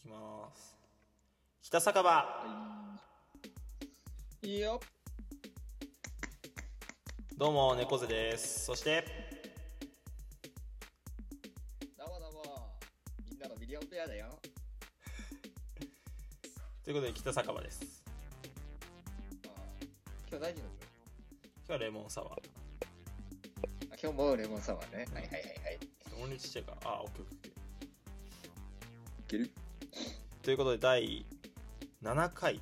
きます北酒場いいよどうも猫背ですそしてどうもどうもみんなのミリオンペアだよということで北酒場ですあ今日何飲む今日はレモンサワーあ今日もレモンサワーねはいはいはいはいい音律してるからあオッケーオッケーオッケけるーということで第7回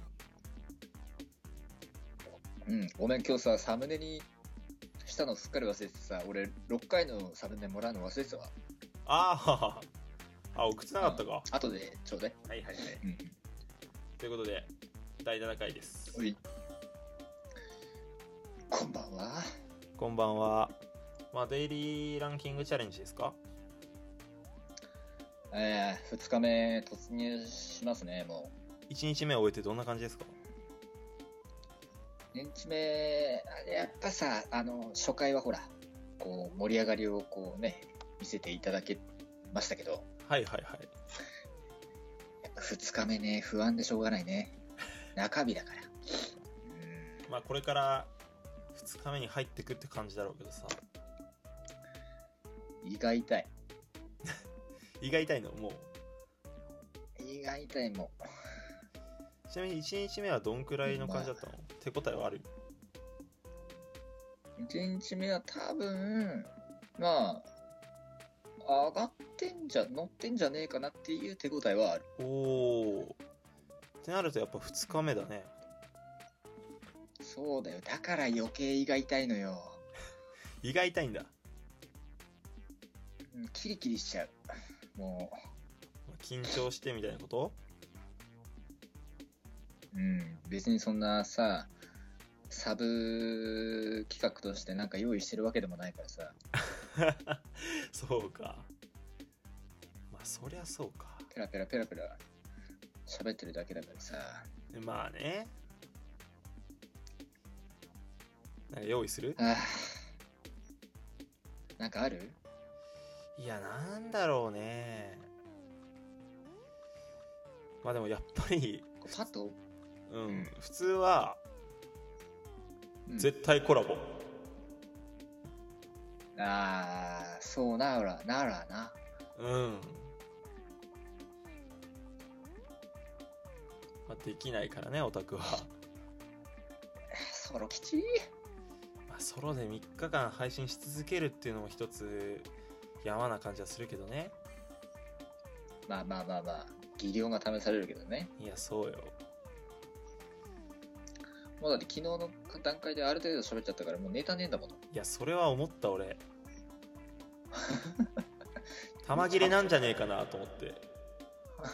うんごめん今日さサムネにしたのすっかり忘れててさ俺6回のサムネもらうの忘れてたわあーあ送ってなかったか、あとでちょうだいはいはいはいうんということで第7回ですおいこんばんはこんばんはまあデイリーランキングチャレンジですかえー、2日目突入しますねも1日目を終えてどんな感じですかう1日目あやっぱさあの初回はほらこう盛り上がりをこうね見せていただけましたけどはいはいはいやっぱ2日目ね不安でしょうがないね中日だからうんまあこれから2日目に入ってくって感じだろうけどさ胃が痛い胃が痛いのもう胃が痛いもちなみに1日目はどんくらいの感じだったの、手応えはあるう1日目は多分まあ上がってんじゃ乗ってんじゃねえかなっていう手応えはあるおおってなるとやっぱ2日目だねそうだよ。だから余計胃が痛いのよ。胃が痛いんだうんキリキリしちゃう。もまあ緊張してみたいなこと う、うん。別にそんなさ、サブ企画としてなんか用意してるわけでもないからさ。そうかまあそりゃそうかペラペラペラペラ喋ってるだけだからさ。でまあねなんか用意するああ。 なんかあるいやなんだろうねまあでもやっぱりこうパッと、うん、うん普通はうん絶対コラボ、ああ、そうなら、ならな。 うん。まあ、できないからね、オタクは。 ソロ吉まあ、ソロで3日間配信し続けるっていうのも一つ、山な感じはするけどね。まあまあまあまあ、技量が試されるけどね。いや、そうよ。もうだって昨日の段階である程度喋っちゃったからもうネタねえんだもん。いや、それは思った、 俺。玉切れなんじゃねえかなと思って。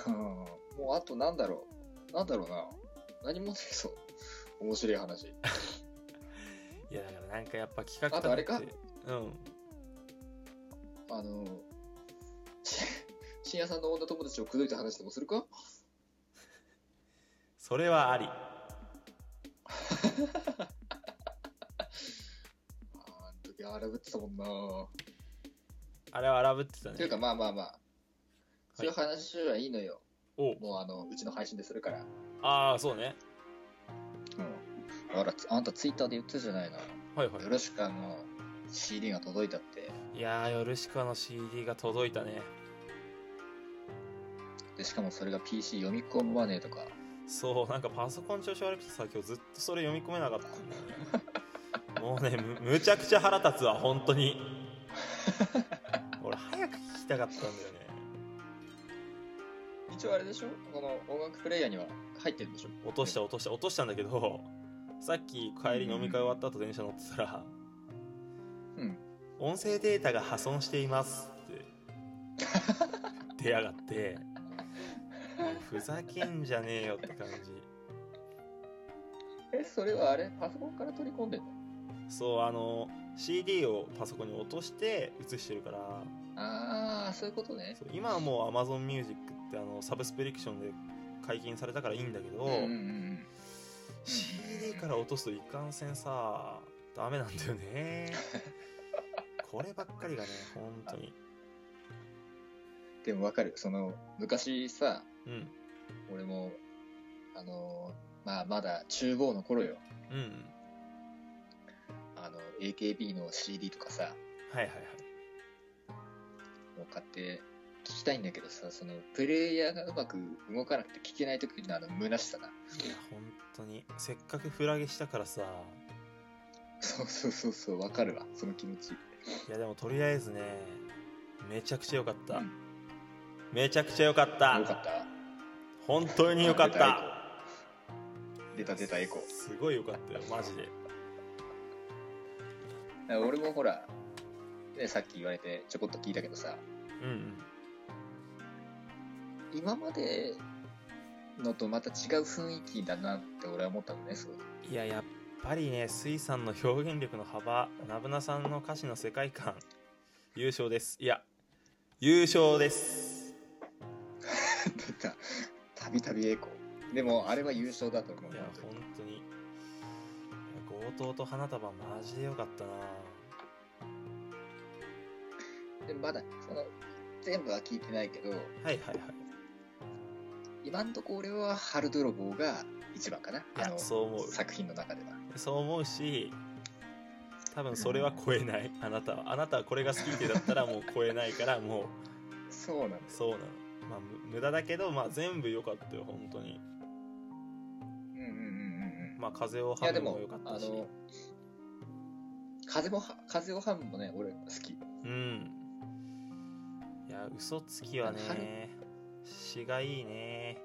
うん もうあとなんだろう。なんだろうな。何もねえぞ。面白い話。いや、だからなんかやっぱ企画あとあれか立ててうん。あの、 し深夜さんの女友達を口説いた話でもするかそれはあり。あーあの時荒ぶってたもんな。あれは荒ぶってたていうね。かまあまあまあ。そういう話はいいのよ。おうもうあの、うちの配信でするから。うん。ああ、そうね。あら、つあんたツイッターで言ってたじゃないの。はいはいよ。ろしくあの、CD が届いたって。いやー、ヨルシカの CD が届いたね。で、しかもそれが PC 読み込まねえとか。そう、なんかパソコン調子悪くてさ、今日ずっとそれ読み込めなかったんだよね。もうねむ、むちゃくちゃ腹立つわ、本当に。俺、早く聞きたかったんだよね。一応あれでしょこの音楽プレイヤーには入ってるでしょ落とした、落とした、落としたんだけど、さっき帰り飲み会終わった後電車乗ってたら、うん。音声データが破損していますって、出やがって、もうふざけんじゃねえよって感じ。え、それはあれパソコンから取り込んでんのそうあの CD をパソコンに落として映してるからああ、そういうことね。そう今はもう AmazonMusic ってあのサブスプリクションで解禁されたからいいんだけど、うんうんうん。 CD から落とすといかんせんさダメなんだよ ねこればっかりがね本当にでもわかる。その、昔さ、うん俺も、あのーまあ、まだ厨房の頃よ。うんあの、AKB の CD とかさ、はいはいはいもう買って聞きたいんだけどさ、その、プレイヤーがうまく動かなくて聞けない時のあの、虚しさが。いや本当にせっかくフラゲしたからさそうそうそうそう、わかるわ、その気持ち。いやでもとりあえずねめちゃくちゃ良かった、うんめちゃくちゃ良かったよかった。本当に良かった出た出たエコすすごい良かったよマジでー。俺もほら、ね、さっき言われてちょこっと聞いたけどさ、うんうん今までのとまた違う雰囲気だなって俺は思ったのね、すごい。いややっぱりねスイさんの表現力の幅ナブナさんの歌詞の世界観優勝ですいや優勝です出た。たびたびエコー。でも、あれは優勝だと思うい。や本当本に当にいや強盗と花束マジで良かったなでまだ、その、全部は聞いてないけど、はいはいはい今んとこ俺は春泥棒が一番かな。いあやの、そう思う作品の中では。そう思うし多分それは超えないあなたはあなたはこれが好きってだ ったらもう超えないからもうそうなんだよ。そうなのまあむ無駄だけど、まあ、全部良かったよ本当にうんうんうんうんうん。まあ風をいやはでめもも良かっあたしの風もは風をはむもね俺好きうんいや嘘つきは春ね詩がいいね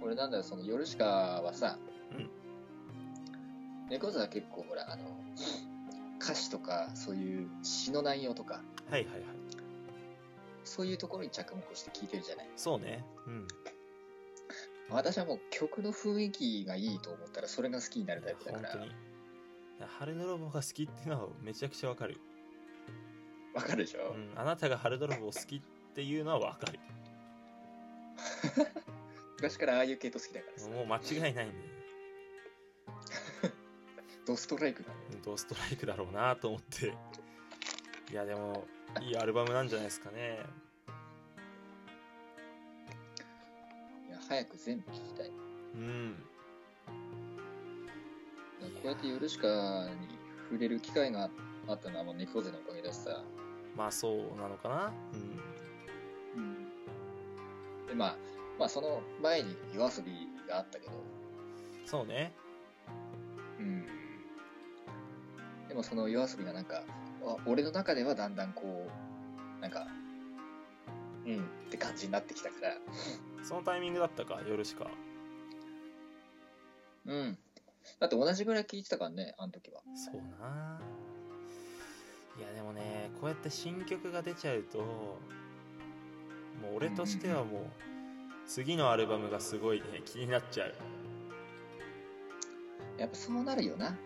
俺なんだよその夜しかはさ、うん猫座は結構ほらあの歌詞とかそういう詩の内容とかはいはいはいそういうところに着目して聴いてるじゃないそうねうん私はもう曲の雰囲気がいいと思ったらそれが好きになるタイプだ本から当に春泥棒が好きっていうのはめちゃくちゃわかる、わかるでしょ、うん、あなたが春泥棒好きっていうのはわかる昔からああいう系統好きだからさもう間違いないんだよドストライクがねドストライクだろうなと思っていやでもいいアルバムなんじゃないですかねいや早く全部聴きたいうんこうやってヨルシカに触れる機会があったのはもう猫背のおかげだしさ、まあそうなのかなうんでまあまあその前に夜遊びがあったけど、そうねでもその夜遊びがなんかあ俺の中ではだんだんこうなんかうんって感じになってきたからそのタイミングだったか夜しかうんだって同じぐらい聞いてたからねあの時はそうないやでもねこうやって新曲が出ちゃうともう俺としてはもう次のアルバムがすごいね気になっちゃうやっぱそうなるよなうん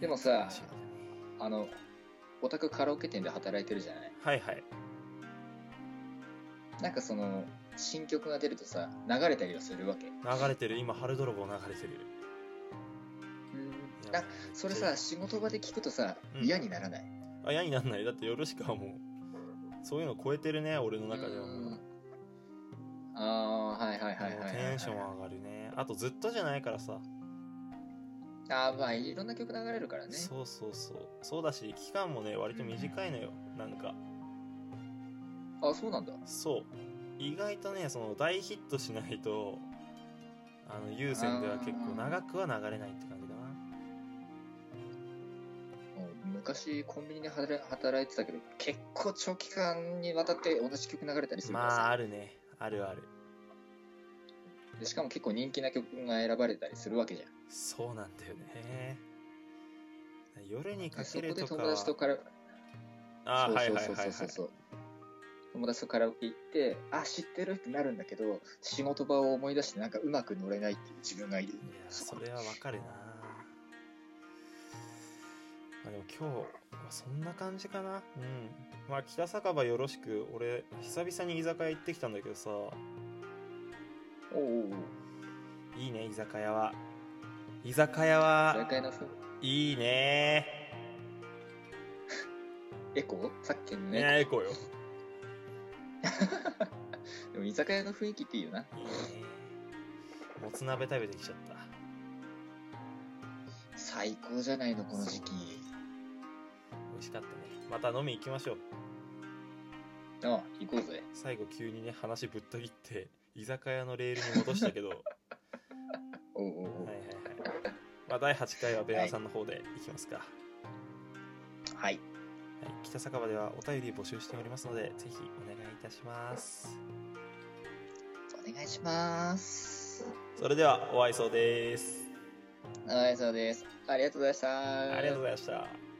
でもさあのオタクカラオケ店で働いてるじゃないはいはいなんかその新曲が出るとさ流れたりはするわけ流れてる今春泥棒流れてるいやなそれさ仕事場で聞くとさうん嫌にならない、あ嫌になんないだってよろしくはもうそういうの超えてるね俺の中ではもううんああはいはいはいはいもはういテンションは上がるねあとずっとじゃないからさ、ああまあいろんな曲流れるからねそうそうそうそうだし期間もね割と短いのよなんかあそうなんだそう意外とねその大ヒットしないとあの有線では結構長くは流れないって感じかなもう昔コンビニで働働いてたけど結構長期間にわたって同じ曲流れたりするからまあさ、あるねあるあるでしかも結構人気な曲が選ばれたりするわけじゃんそうなんだよね夜にかそけるこでとか友達とカラあーはいそうはいそうはいはそいうそうそう友達とカラオケ行ってあ知ってるってなるんだけど仕事場を思い出してなんかうまく乗れないっていう自分がいるいやそれはわかるなまあでも今日はそんな感じかなうんまあ北酒場よろしく俺久々に居酒屋行ってきたんだけどさおうおうおういいね居酒屋は居酒屋は居酒屋の雰囲いいねエコーさっきのねね、えエコよでも居酒屋の雰囲気っていいよな。いいねもつ鍋食べてきちゃった最高じゃないの、この時期。美味しかったねまた飲み行きましょうああ、行こうぜ。最後急にね話ぶった切って居酒屋のレールに戻 したけどはいおうおうおうはいはいまあ第8回はベアさんの方でいきますか、はいはい。北酒場ではお便り募集しておりますのでぜひお願いいたしますお願いします。それではお会いそうですはい、そうです。ありがとうございました。ありがとうございました